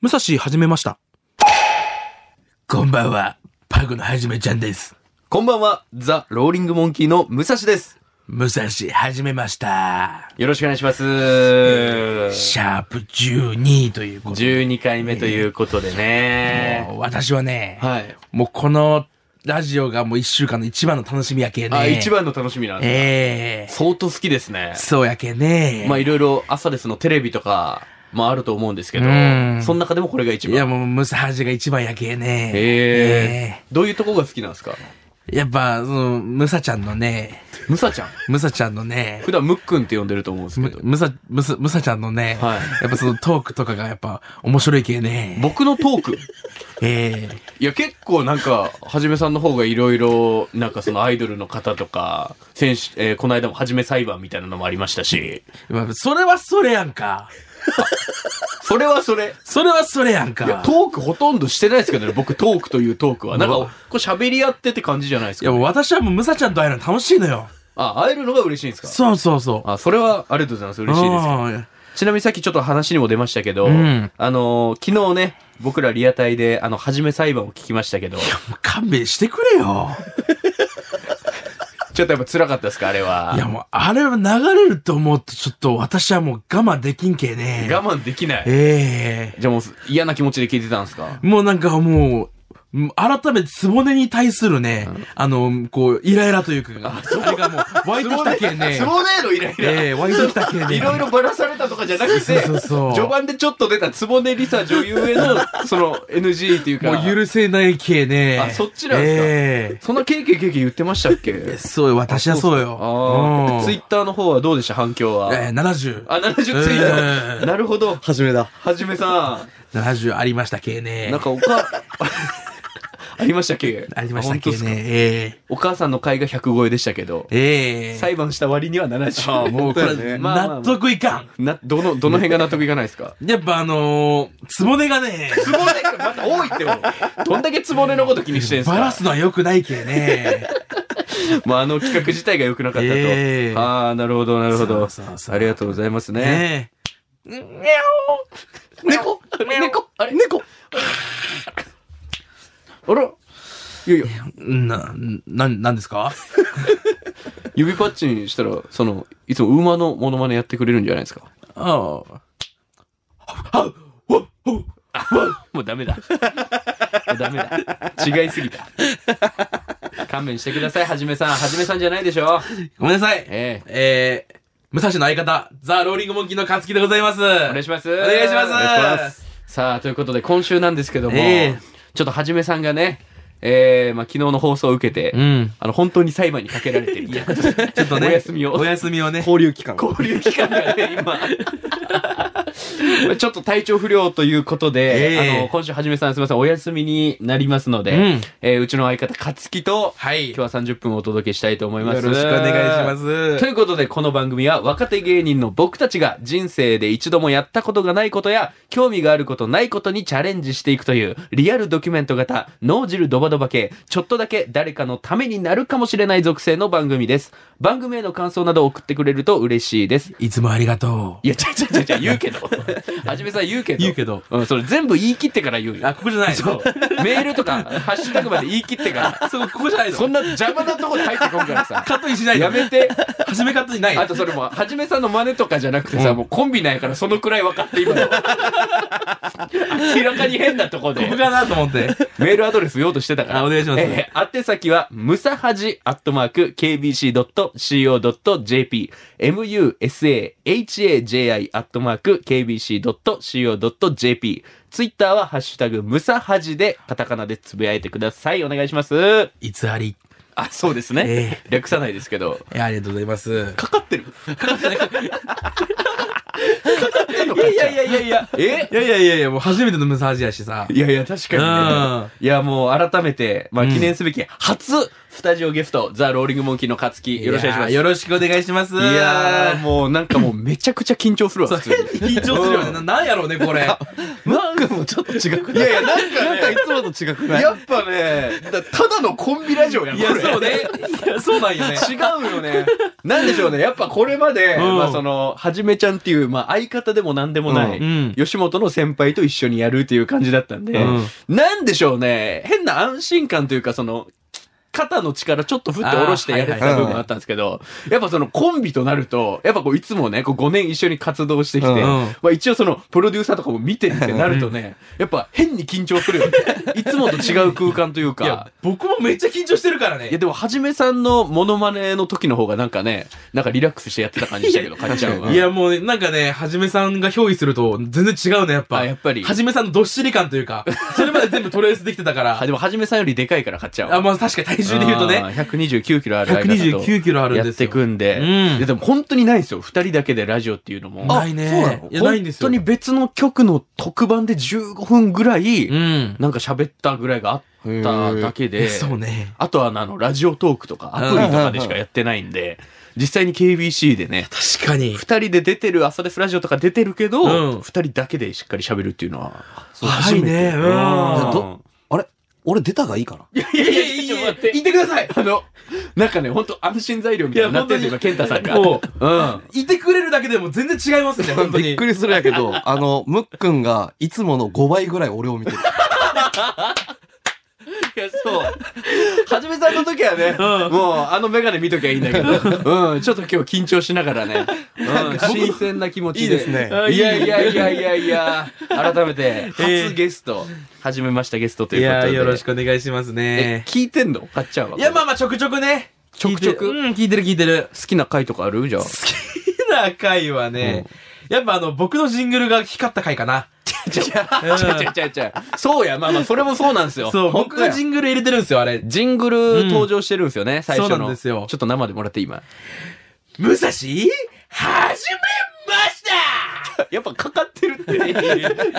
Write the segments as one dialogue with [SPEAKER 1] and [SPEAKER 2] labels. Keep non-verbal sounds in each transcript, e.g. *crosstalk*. [SPEAKER 1] 武蔵始めました。
[SPEAKER 2] こんばんは、パグのはじめちゃんです。
[SPEAKER 3] こんばんは、ザ・ローリング・モンキーの武蔵です。
[SPEAKER 2] 武蔵始めました。
[SPEAKER 3] よろしくお願いします。12
[SPEAKER 2] シャープ12ということで。
[SPEAKER 3] 回目ということでね。
[SPEAKER 2] もう私はね、
[SPEAKER 3] はい。
[SPEAKER 2] もうこのラジオがもう一週間の一番の楽しみやけね。
[SPEAKER 3] あ、一。番の楽しみなんです
[SPEAKER 2] ええ
[SPEAKER 3] 相当好きですね。
[SPEAKER 2] そうやけね。
[SPEAKER 3] まあいろいろ朝ですのテレビとかもあると思うんですけど、
[SPEAKER 2] うん
[SPEAKER 3] その中でもこれが一
[SPEAKER 2] いや
[SPEAKER 3] 番。
[SPEAKER 2] もう武蔵が一番やけね。
[SPEAKER 3] へえ
[SPEAKER 2] え
[SPEAKER 3] どういうとこが好きなんですか
[SPEAKER 2] えやっぱ、その、ムサちゃんのね、
[SPEAKER 3] ムサちゃん。
[SPEAKER 2] ムサちゃんのね、
[SPEAKER 3] 普段ムックンって呼んでると思うんですけ
[SPEAKER 2] む
[SPEAKER 3] ど。
[SPEAKER 2] むさ、むさ、むさちゃんのね、
[SPEAKER 3] はい
[SPEAKER 2] やっぱそのトークとかがやっぱ面白い系ね。
[SPEAKER 3] 僕のトーク
[SPEAKER 2] え
[SPEAKER 3] いや結構なんか、はじめさんの方がいろいろ、なんかそのアイドルの方とか、選手、えーこの間もはじめ裁判みたいなのもありましたし、
[SPEAKER 2] えまあそれはそれやんか。
[SPEAKER 3] それはそれ。
[SPEAKER 2] それはそれやんか。
[SPEAKER 3] いや、トークほとんどしてないですけどね、僕トークというトークは。なんか、こう喋り合ってって感じじゃないです
[SPEAKER 2] い
[SPEAKER 3] か、
[SPEAKER 2] やもう私はもうムサちゃんと会えるの楽しいのよ。
[SPEAKER 3] あ、会えるのが嬉しいんですか
[SPEAKER 2] そうそうそう。
[SPEAKER 3] あ、それはありがとうございます。嬉しいです。
[SPEAKER 2] うん
[SPEAKER 3] ちなみにさっきちょっと話にも出ましたけど、
[SPEAKER 2] うん
[SPEAKER 3] あのー昨日ね、僕らリアタイで、あの、はじめ裁判を聞きましたけど、
[SPEAKER 2] もう勘弁してくれよ。
[SPEAKER 3] ちょっとやっぱ辛かったですか、あれ
[SPEAKER 2] いや
[SPEAKER 3] は。
[SPEAKER 2] もうあれは流れると思うとちょっと私はもう我慢できんけね。
[SPEAKER 3] 我慢できない。
[SPEAKER 2] ええ
[SPEAKER 3] じゃあもう嫌な気持ちで聞いてたんですか
[SPEAKER 2] もうなんかもう、ん改めてつぼねに対するね、あの、こう、イライラというか、それがもう湧いてきたけね
[SPEAKER 3] ス。ローネーのイライラ。
[SPEAKER 2] ええ湧いてきたけね。
[SPEAKER 3] *laughs* いろいろばらされたとかじゃなく
[SPEAKER 2] そう
[SPEAKER 3] て、
[SPEAKER 2] そうそう
[SPEAKER 3] 序盤でちょっと出たつぼねりさ女優へ *laughs* の、その NG っていうか、
[SPEAKER 2] もう許せないけね。
[SPEAKER 3] あそっちなんですか
[SPEAKER 2] え
[SPEAKER 3] そんなケーキケーキ言ってましたっけ
[SPEAKER 2] えそうよ、私はそうよ。
[SPEAKER 3] あ
[SPEAKER 2] うん
[SPEAKER 3] あ、ツイッターの方はどうでした反響は。
[SPEAKER 2] ええ70。
[SPEAKER 3] あ、70ツイー
[SPEAKER 2] え
[SPEAKER 3] ト。なるほど。はじめだ。はじめさ
[SPEAKER 2] 70ありましたけね。
[SPEAKER 3] ん。なんかおか、 *laughs* ありましたっけ
[SPEAKER 2] ありましたっけ
[SPEAKER 3] あ本当っすか
[SPEAKER 2] ね。え
[SPEAKER 3] お母さんの会が100超えでしたけど
[SPEAKER 2] え、ええ
[SPEAKER 3] 裁判した割には70。
[SPEAKER 2] ああもうこれ、
[SPEAKER 3] *laughs* まあまあまあ
[SPEAKER 2] 納得いかん。
[SPEAKER 3] な、どの、どの辺が納得いかないですか
[SPEAKER 2] やっぱあのー、つぼねがね、
[SPEAKER 3] つぼねまた多いってどんだけつぼねのこと気にしてんすか
[SPEAKER 2] バラすのは良くないけ
[SPEAKER 3] *laughs*
[SPEAKER 2] ね。
[SPEAKER 3] まあ、あの企画自体が良くなかったと。
[SPEAKER 2] ええ
[SPEAKER 3] ああ、なるほど、なるほど
[SPEAKER 2] そうそうそう
[SPEAKER 3] ありがとうございますね。
[SPEAKER 2] ねえ。にゃ
[SPEAKER 3] 猫猫あれ猫あらいやいや、
[SPEAKER 2] おな、な、なんですか
[SPEAKER 3] 指パッチンしたら、その、いつも馬のモノマネやってくれるんじゃないですか。
[SPEAKER 2] ああ。
[SPEAKER 3] *laughs* もうダメだ。もうダメだ。違いすぎた。勘弁してください、はじめさん。はじめさんじゃないでしょ。
[SPEAKER 2] ごめんなさい。
[SPEAKER 3] ええ
[SPEAKER 2] えー、武蔵の相方、ザ・ローリングモンキーの勝木でございます。お
[SPEAKER 3] お願いします。
[SPEAKER 2] お願いします
[SPEAKER 3] お願いしますさあ、ということで、今週なんですけども、
[SPEAKER 2] ええ
[SPEAKER 3] ちょっとはじめさんがね、ええまあ、昨日の放送を受けて、
[SPEAKER 2] うん。
[SPEAKER 3] あの、本当に裁判にかけられてるということで。
[SPEAKER 2] ちょっとね、
[SPEAKER 3] お休みを
[SPEAKER 2] お休みをね。
[SPEAKER 4] 交流期間。
[SPEAKER 3] 交流期間がね、今。 *laughs* ちょっと体調不良ということで、
[SPEAKER 2] ええ
[SPEAKER 3] あの、今週はじめさんすみません、お休みになりますので、
[SPEAKER 2] うん
[SPEAKER 3] えーうちの相方、勝木と、
[SPEAKER 2] はい。
[SPEAKER 3] 今日は30分お届けしたいと思います。
[SPEAKER 2] よろしくお願いします
[SPEAKER 3] ということで、この番組は若手芸人の僕たちが人生で一度もやったことがないことや、興味があることないことにチャレンジしていくという、リアルドキュメント型、脳汁ドバドバ系、ちょっとだけ誰かのためになるかもしれない属性の番組です。番組への感想などを送ってくれると嬉しいです。
[SPEAKER 2] いつもありがと
[SPEAKER 3] いや、ちゃちゃちゃちゃ、言うけど。はじめさん言うけど。
[SPEAKER 2] 言うけど
[SPEAKER 3] うん、それ全部言い切ってから言う
[SPEAKER 2] う。
[SPEAKER 3] よ
[SPEAKER 2] あ、。ここじゃない。
[SPEAKER 3] そう。メールとか、ハッシュタグまで言い切ってから。
[SPEAKER 2] *laughs* そこ、ここじゃないの。
[SPEAKER 3] そんな邪魔なとこで入ってこんからさ。
[SPEAKER 2] カットインしないの
[SPEAKER 3] やめて。
[SPEAKER 2] 始めカットにない。
[SPEAKER 3] あとそれも、はじめさんの真似とかじゃなくてさ、もうコンビなんやからそのくらい分かって今の。 *laughs* 明らかに変なとこ
[SPEAKER 2] こ
[SPEAKER 3] で
[SPEAKER 2] こ。かなと思って。
[SPEAKER 3] メールアドレス用としてたから。
[SPEAKER 2] あお願いします
[SPEAKER 3] えー宛先は、むさはじ、アットマーク、kbc.co.jp、musahaji、アットマーク、kbc.co.jp、ツイッターは、ハッシュタグ、むさはじで、カタカナでつぶやいてください。お願いします。
[SPEAKER 2] いつあり。
[SPEAKER 3] あ、そうですね。略さないですけど。
[SPEAKER 2] えーありがとうございます。
[SPEAKER 3] かかってるかかってない。かかってんのか *laughs* いやいやいやいや。え
[SPEAKER 2] いやいやいやいや、もう初めてのムサージやしさ。
[SPEAKER 3] いやいや、確かに
[SPEAKER 2] うん
[SPEAKER 3] ね。いや、もう改めて、まあ
[SPEAKER 2] うん
[SPEAKER 3] 記念すべき初スタジオゲスト、ザ・ローリング・モンキーの勝木、よろしくお願いします。
[SPEAKER 2] やよろしくお願いします。い
[SPEAKER 3] いやー、もうなんかもうめちゃくちゃ緊張するわ、普通に。
[SPEAKER 2] *laughs* 緊
[SPEAKER 3] *laughs*
[SPEAKER 2] 張するよね。ななんやろうね、これ。
[SPEAKER 3] ムックも
[SPEAKER 1] ちょっと違く
[SPEAKER 4] い
[SPEAKER 1] ない
[SPEAKER 4] やいや、なんか
[SPEAKER 1] なん
[SPEAKER 4] ね
[SPEAKER 1] かいつもと違くない
[SPEAKER 4] やっぱね、だただのコンビラジオやん、
[SPEAKER 3] いや、
[SPEAKER 4] これ。
[SPEAKER 3] そうね。いや、そうなんよ *laughs* ね。
[SPEAKER 4] 違うよね。なんでしょうね。やっぱこれまで、
[SPEAKER 2] うん
[SPEAKER 4] まあ
[SPEAKER 3] まあ、その、はじめちゃんっていう、まあ、相方でも何でもない、
[SPEAKER 2] うん
[SPEAKER 3] 吉本の先輩と一緒にやるっていう感じだったんで、
[SPEAKER 2] うん
[SPEAKER 3] なんでしょうね。変な安心感というか、その、肩の力ちょっとふって下ろしてやれて
[SPEAKER 4] あー
[SPEAKER 3] た
[SPEAKER 4] はいはい
[SPEAKER 3] 部分があったんですけど、やっぱそのコンビとなると、やっぱこういつもね、こう5年一緒に活動してきて、
[SPEAKER 4] うん
[SPEAKER 2] うん
[SPEAKER 3] まあ一応そのプロデューサーとかも見てるってなるとね、やっぱ変に緊張するよね。いつもと違う空間というか。
[SPEAKER 2] いや、僕もめっちゃ緊張してるから
[SPEAKER 3] いや
[SPEAKER 2] ね。
[SPEAKER 3] でもはじめさんのモノマネの時の方がなんかねなんかリラックスしてやってた感じしたけどかっちゃんはい
[SPEAKER 2] や、もうね、なんかね、はじめさんが憑依すると全然違うね、やっぱ。
[SPEAKER 3] あやっぱり
[SPEAKER 2] はじめさんのどっしり感というか、それまで全部トレースできてたか
[SPEAKER 3] あ
[SPEAKER 2] ら。
[SPEAKER 3] でも *laughs* はじめさんよりでかいからかっちゃんは
[SPEAKER 2] あ、まあ確かに体重で言うと
[SPEAKER 3] あー
[SPEAKER 2] ね。
[SPEAKER 3] 129キロある間だと
[SPEAKER 2] 129キロあるん
[SPEAKER 3] や
[SPEAKER 2] で
[SPEAKER 3] っ
[SPEAKER 2] す
[SPEAKER 3] て
[SPEAKER 2] よ。
[SPEAKER 3] くんで、
[SPEAKER 2] うん
[SPEAKER 3] いやでも本当にないんですよ2人だけでラジオっていうのも
[SPEAKER 2] ないね。
[SPEAKER 4] そうなの
[SPEAKER 2] いや、ないんですよ。
[SPEAKER 3] 本当に別の局の特番で15分ぐらい、
[SPEAKER 2] うん。
[SPEAKER 3] なんか喋ったぐらいがあっただけで、
[SPEAKER 2] そうね。
[SPEAKER 3] あとはあのラジオトークとかアプリとかでしかやってないんで、実際に KBC でね
[SPEAKER 2] 確かに。
[SPEAKER 3] 二人で出てる朝ですラジオとか出てるけど、二、
[SPEAKER 2] うん
[SPEAKER 3] 人だけでしっかり喋るっていうのは、
[SPEAKER 2] 早いね。うん。
[SPEAKER 1] ん
[SPEAKER 3] ど *laughs*
[SPEAKER 1] あれ俺出たがいいかない
[SPEAKER 3] やいやいやいや、
[SPEAKER 2] 言ってください。
[SPEAKER 3] あの、なんかね、本当安心材料みたいになってるんですよ、今、健太さんが。
[SPEAKER 2] も
[SPEAKER 3] うん。
[SPEAKER 2] いてくれるだけでも全然違いますね、本当
[SPEAKER 1] び
[SPEAKER 2] に
[SPEAKER 1] っ。くりするやけど、あの、むっくんがいつもの5倍ぐらい俺を見てる。
[SPEAKER 3] いや、そう。はじめさんの時はね、もう、あのメガネ見ときゃいいんだけど、うん、ちょっと今日緊張しながらね、うん、新鮮な気持ちで。
[SPEAKER 1] いいですね
[SPEAKER 3] いやいやいやいやいや、改めて、
[SPEAKER 2] え
[SPEAKER 3] 初ゲスト、初めましたゲストと
[SPEAKER 2] い
[SPEAKER 3] いうこ
[SPEAKER 2] や
[SPEAKER 3] とで。
[SPEAKER 2] ー、よろしくお願いします
[SPEAKER 3] え
[SPEAKER 2] ね。
[SPEAKER 3] 聞いてんのかっちゃんは。
[SPEAKER 2] いや、まあまあ、ちょくちょくね。
[SPEAKER 3] ちょくちょく
[SPEAKER 2] 聞いてるうん、聞いてる聞いてる。
[SPEAKER 3] 好きな回とかある *laughs* じゃあ。
[SPEAKER 2] 好きな回はね、やっぱあの、僕のジングルが光った回かな。
[SPEAKER 3] ちゃちゃちゃちゃちゃ。そうや、まあまあ、それもそうなんですよ。
[SPEAKER 2] そう、
[SPEAKER 3] 本当
[SPEAKER 2] 僕
[SPEAKER 3] や
[SPEAKER 2] がジングル入れてるんですよ、あれ。
[SPEAKER 3] ジングル登場してるんですよね、最初の。
[SPEAKER 2] そうなんですよ
[SPEAKER 3] ちょっと生でもらって今。
[SPEAKER 2] 武蔵はじめました
[SPEAKER 3] *laughs* やっぱかかってるって。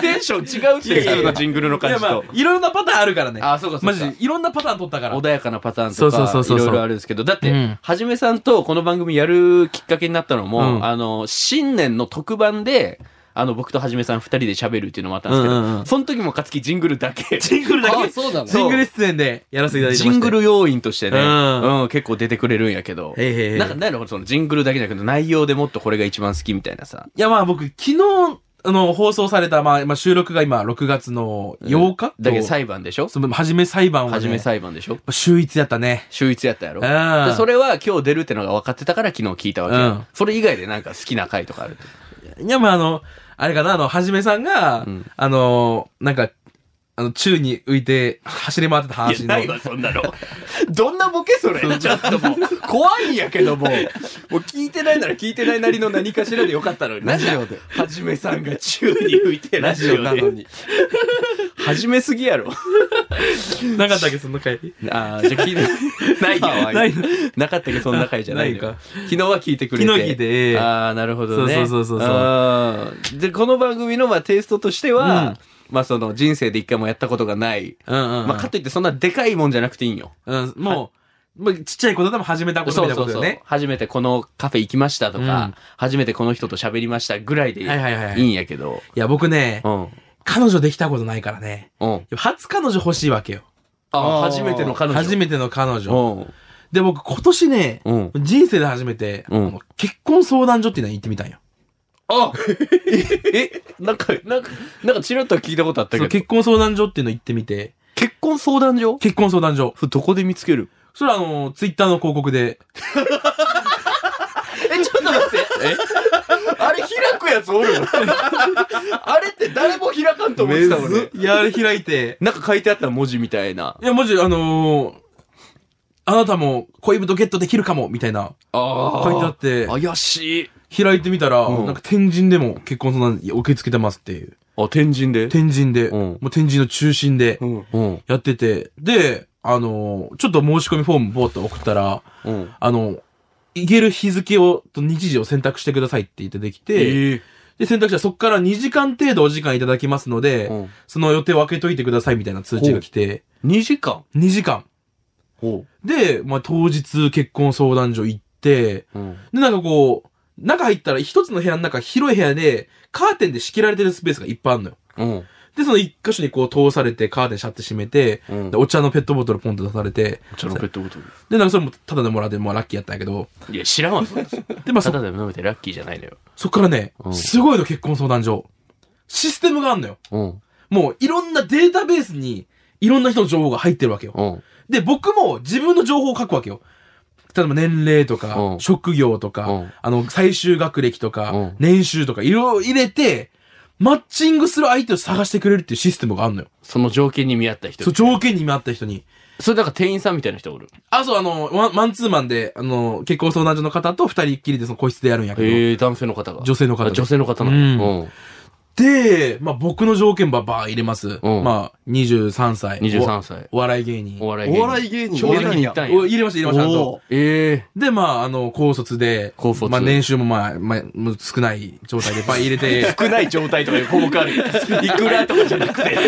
[SPEAKER 3] *laughs* テンション違うっ
[SPEAKER 2] いやいやいや
[SPEAKER 3] ジングルの
[SPEAKER 2] いやまあ、いろんなパターンあるからね。
[SPEAKER 3] あそうかそうか
[SPEAKER 2] マジ、いろんなパターン取ったから。
[SPEAKER 3] 穏やかなパターン
[SPEAKER 2] そ
[SPEAKER 3] と
[SPEAKER 2] うそうそう
[SPEAKER 3] か、
[SPEAKER 2] そ
[SPEAKER 3] いう
[SPEAKER 2] そう
[SPEAKER 3] ろいろあるんですけど、だって、
[SPEAKER 2] うん
[SPEAKER 3] はじめさんとこの番組やるきっかけになったのも、
[SPEAKER 2] うん
[SPEAKER 3] あの、新年の特番で、あの、僕とはじめさん二人で喋るっていうのもあったんですけど、
[SPEAKER 2] うんうんうん
[SPEAKER 3] その時もかつきジング
[SPEAKER 2] *laughs*
[SPEAKER 3] ルだけ。
[SPEAKER 2] ジングルだけ、
[SPEAKER 1] そうな
[SPEAKER 2] ジングル出演でやらせていただいて
[SPEAKER 3] ジ
[SPEAKER 2] まし
[SPEAKER 3] ン
[SPEAKER 2] た
[SPEAKER 3] グル要員としてね、う、
[SPEAKER 2] うんん
[SPEAKER 3] 結構出てくれるんやけど、
[SPEAKER 2] へいへいへい
[SPEAKER 3] なんか、なんやろそのジングルだけじゃなくて、内容でもっとこれが一番好きみたいなさ。
[SPEAKER 2] いやまあ僕、昨日、あの、放送された、まあ、まあ収録が今、6月の8日、
[SPEAKER 3] だけど裁判でしょ
[SPEAKER 2] その、はじめ裁判を、ね。
[SPEAKER 3] はじめ裁判でしょ
[SPEAKER 2] 秀逸やったね。
[SPEAKER 3] 秀逸やったやろ
[SPEAKER 2] うん
[SPEAKER 3] でそれは今日出るってのが分かってたから昨日聞いたわけ
[SPEAKER 2] うん
[SPEAKER 3] よ。それ以外でなんか好きな回とかある
[SPEAKER 2] いや、まあ、あの、あれかな、あの、はじめさんが、
[SPEAKER 3] ん
[SPEAKER 2] あの、なんか、あの、宙に浮いて走り回ってた話の。
[SPEAKER 3] そんなの。 *laughs* どんなボケそれちょっともう、怖いんやけども、もう聞いてないなら聞いてないなりの何かしらでよかったのに。
[SPEAKER 1] ラジオで。
[SPEAKER 3] はじめさんが宙に浮いてラジオ
[SPEAKER 1] なの
[SPEAKER 3] で。
[SPEAKER 1] に。
[SPEAKER 3] 始めすぎやろ。
[SPEAKER 2] *laughs* なかったっけ、その回。
[SPEAKER 3] ああ、じゃあ聞いて、 *laughs* ないよ。
[SPEAKER 2] ない
[SPEAKER 3] なかったっけ、そんな回じゃないのよ
[SPEAKER 2] ないか
[SPEAKER 3] 昨日は聞いてくれて。
[SPEAKER 2] 昨日聞いてええ
[SPEAKER 3] ああ、なるほどね。
[SPEAKER 2] そうそうそうそうそう
[SPEAKER 3] うんで、この番組の、まあ、テイストとして
[SPEAKER 2] う
[SPEAKER 3] は
[SPEAKER 2] ん、
[SPEAKER 3] まあ、その、人生で一回もやったことがない。
[SPEAKER 2] うんうん。
[SPEAKER 3] まあ、かといってそんなでかいもんじゃなくていいんよ。
[SPEAKER 2] うん、もう、まあ、ちっちゃいことでも始めたこと
[SPEAKER 3] そ
[SPEAKER 2] みた
[SPEAKER 3] う
[SPEAKER 2] いな
[SPEAKER 3] そ
[SPEAKER 2] こと
[SPEAKER 3] うそ
[SPEAKER 2] よ
[SPEAKER 3] う
[SPEAKER 2] ね。。
[SPEAKER 3] 初めてこのカフェ行きましたと
[SPEAKER 2] う
[SPEAKER 3] か
[SPEAKER 2] ん、
[SPEAKER 3] 初めてこの人と喋りましたぐらいでい
[SPEAKER 2] はいはいはい
[SPEAKER 3] いんやけど。
[SPEAKER 2] いや、僕ね、
[SPEAKER 3] うん。
[SPEAKER 2] 彼女できたことないからね。
[SPEAKER 3] うん。
[SPEAKER 2] 初彼女欲しいわけよ。
[SPEAKER 3] あ、
[SPEAKER 1] あー
[SPEAKER 3] 初めての彼女。
[SPEAKER 2] 初めての彼女。
[SPEAKER 3] うん。
[SPEAKER 2] で、僕今年ね、
[SPEAKER 3] うん。
[SPEAKER 2] 人生で初めて、
[SPEAKER 3] うん
[SPEAKER 2] あの結婚相談所っていうのに行ってみたんよ。
[SPEAKER 3] あえ、なんか、なんか、なんかチラッとは聞いたことあった
[SPEAKER 2] そ
[SPEAKER 3] け
[SPEAKER 2] う
[SPEAKER 3] ど。
[SPEAKER 2] 結婚相談所っていうの行ってみて、
[SPEAKER 3] 結婚相談所
[SPEAKER 2] 結婚相談所。
[SPEAKER 3] それどこで見つける
[SPEAKER 2] それはあの、ツイッターの広告で。
[SPEAKER 3] え、ちょっと待って。あれ開くやつおる *laughs* あれって誰も開かんと思ってたのね。
[SPEAKER 2] いや、あれ開いて。
[SPEAKER 3] なんか書いてあった文字みたいな。
[SPEAKER 2] いや、マジ、あのーあなたも恋人ゲットできるかもみたいな、
[SPEAKER 3] あ
[SPEAKER 2] 書いてあって、
[SPEAKER 3] て。怪しい。
[SPEAKER 2] 開いてみたら、
[SPEAKER 3] うん
[SPEAKER 2] なんか天神でも結婚相談受け付けてますっていう。
[SPEAKER 3] あ、天神で
[SPEAKER 2] 天神で、
[SPEAKER 3] うん
[SPEAKER 2] もう天神の中心で
[SPEAKER 1] うん。
[SPEAKER 3] うん。
[SPEAKER 2] やってて、で、あのーちょっと申し込みフォームボーッと送ったら、
[SPEAKER 3] うん。
[SPEAKER 2] あの、行ける日付を、と日時を選択してくださいって言ってできて、
[SPEAKER 3] ええ
[SPEAKER 2] で、選択肢はそこから2時間程度お時間いただきますので、
[SPEAKER 3] うん
[SPEAKER 2] その予定を空けといてくださいみたいな通知が来て、
[SPEAKER 3] 2時間
[SPEAKER 2] 2時間。
[SPEAKER 3] ほ
[SPEAKER 2] で、まあ、当日結婚相談所行って、
[SPEAKER 3] う。うん。
[SPEAKER 2] で、なんかこう、中入ったら一つの部屋の中、広い部屋で、カーテンで仕切られてるスペースがいっぱいあるのよ。
[SPEAKER 3] うん。
[SPEAKER 2] で、その一箇所にこう通されて、カーテンシャッて閉めて、
[SPEAKER 1] うん
[SPEAKER 2] でお茶のペットボトルポンと出されて、
[SPEAKER 3] お茶のペットボトル。
[SPEAKER 2] で、なんかそれもタダでもらって、まあラッキーやったんやけど、
[SPEAKER 3] いや、知 *laughs* らんわ、そんな
[SPEAKER 2] で、まあ
[SPEAKER 3] た
[SPEAKER 2] そ、
[SPEAKER 3] だでも飲めてラッキーじゃないのよ。
[SPEAKER 2] そっからね
[SPEAKER 1] う、ん
[SPEAKER 2] すごいの結婚相談所。システムがあんのよ。
[SPEAKER 1] うん。
[SPEAKER 2] もういろんなデータベースに、いろんな人の情報が入ってるわけよ。
[SPEAKER 1] うん。
[SPEAKER 2] で、僕も自分の情報を書くわけよ。例えば年齢とか、
[SPEAKER 1] うん
[SPEAKER 2] 職業とか、
[SPEAKER 1] うん
[SPEAKER 2] あの、最終学歴とか、
[SPEAKER 1] うん
[SPEAKER 2] 年収とか、いろいろ入れて、マッチングする相手を探してくれるっていうシステムがあるのよ。
[SPEAKER 3] その条件に見合った人。
[SPEAKER 2] そう、条件に見合った人に。
[SPEAKER 3] それだから店員さんみたいな人おる。
[SPEAKER 2] あ、そう、あの、ワンマンツーマンで、あの、結婚相談所の方と二人っきりでその個室でやるんやけど、
[SPEAKER 3] ええ、男性の方が。
[SPEAKER 2] 女性の方
[SPEAKER 3] あ
[SPEAKER 2] で
[SPEAKER 3] 女性の方な
[SPEAKER 2] う
[SPEAKER 3] の。
[SPEAKER 2] ん
[SPEAKER 1] うん。
[SPEAKER 2] で、まあ僕の条件ばばー入れます。
[SPEAKER 1] うん
[SPEAKER 2] まあ、23歳。
[SPEAKER 3] 23歳。
[SPEAKER 2] おお笑い芸人。
[SPEAKER 3] お笑い芸
[SPEAKER 1] お
[SPEAKER 3] 人。
[SPEAKER 1] 笑い芸人
[SPEAKER 3] お笑い芸人行ったんや
[SPEAKER 2] お。入れました、入れました、ちゃんと。
[SPEAKER 1] おー
[SPEAKER 3] ええ。
[SPEAKER 2] で、まあ、あの、高卒で、
[SPEAKER 3] 高卒、
[SPEAKER 2] まあ、年収もまあ、まあ、もう少ない状態で倍入れて
[SPEAKER 3] *laughs* 少ない状態とかいう項 *laughs* 目あるよいくらとかじゃなくて。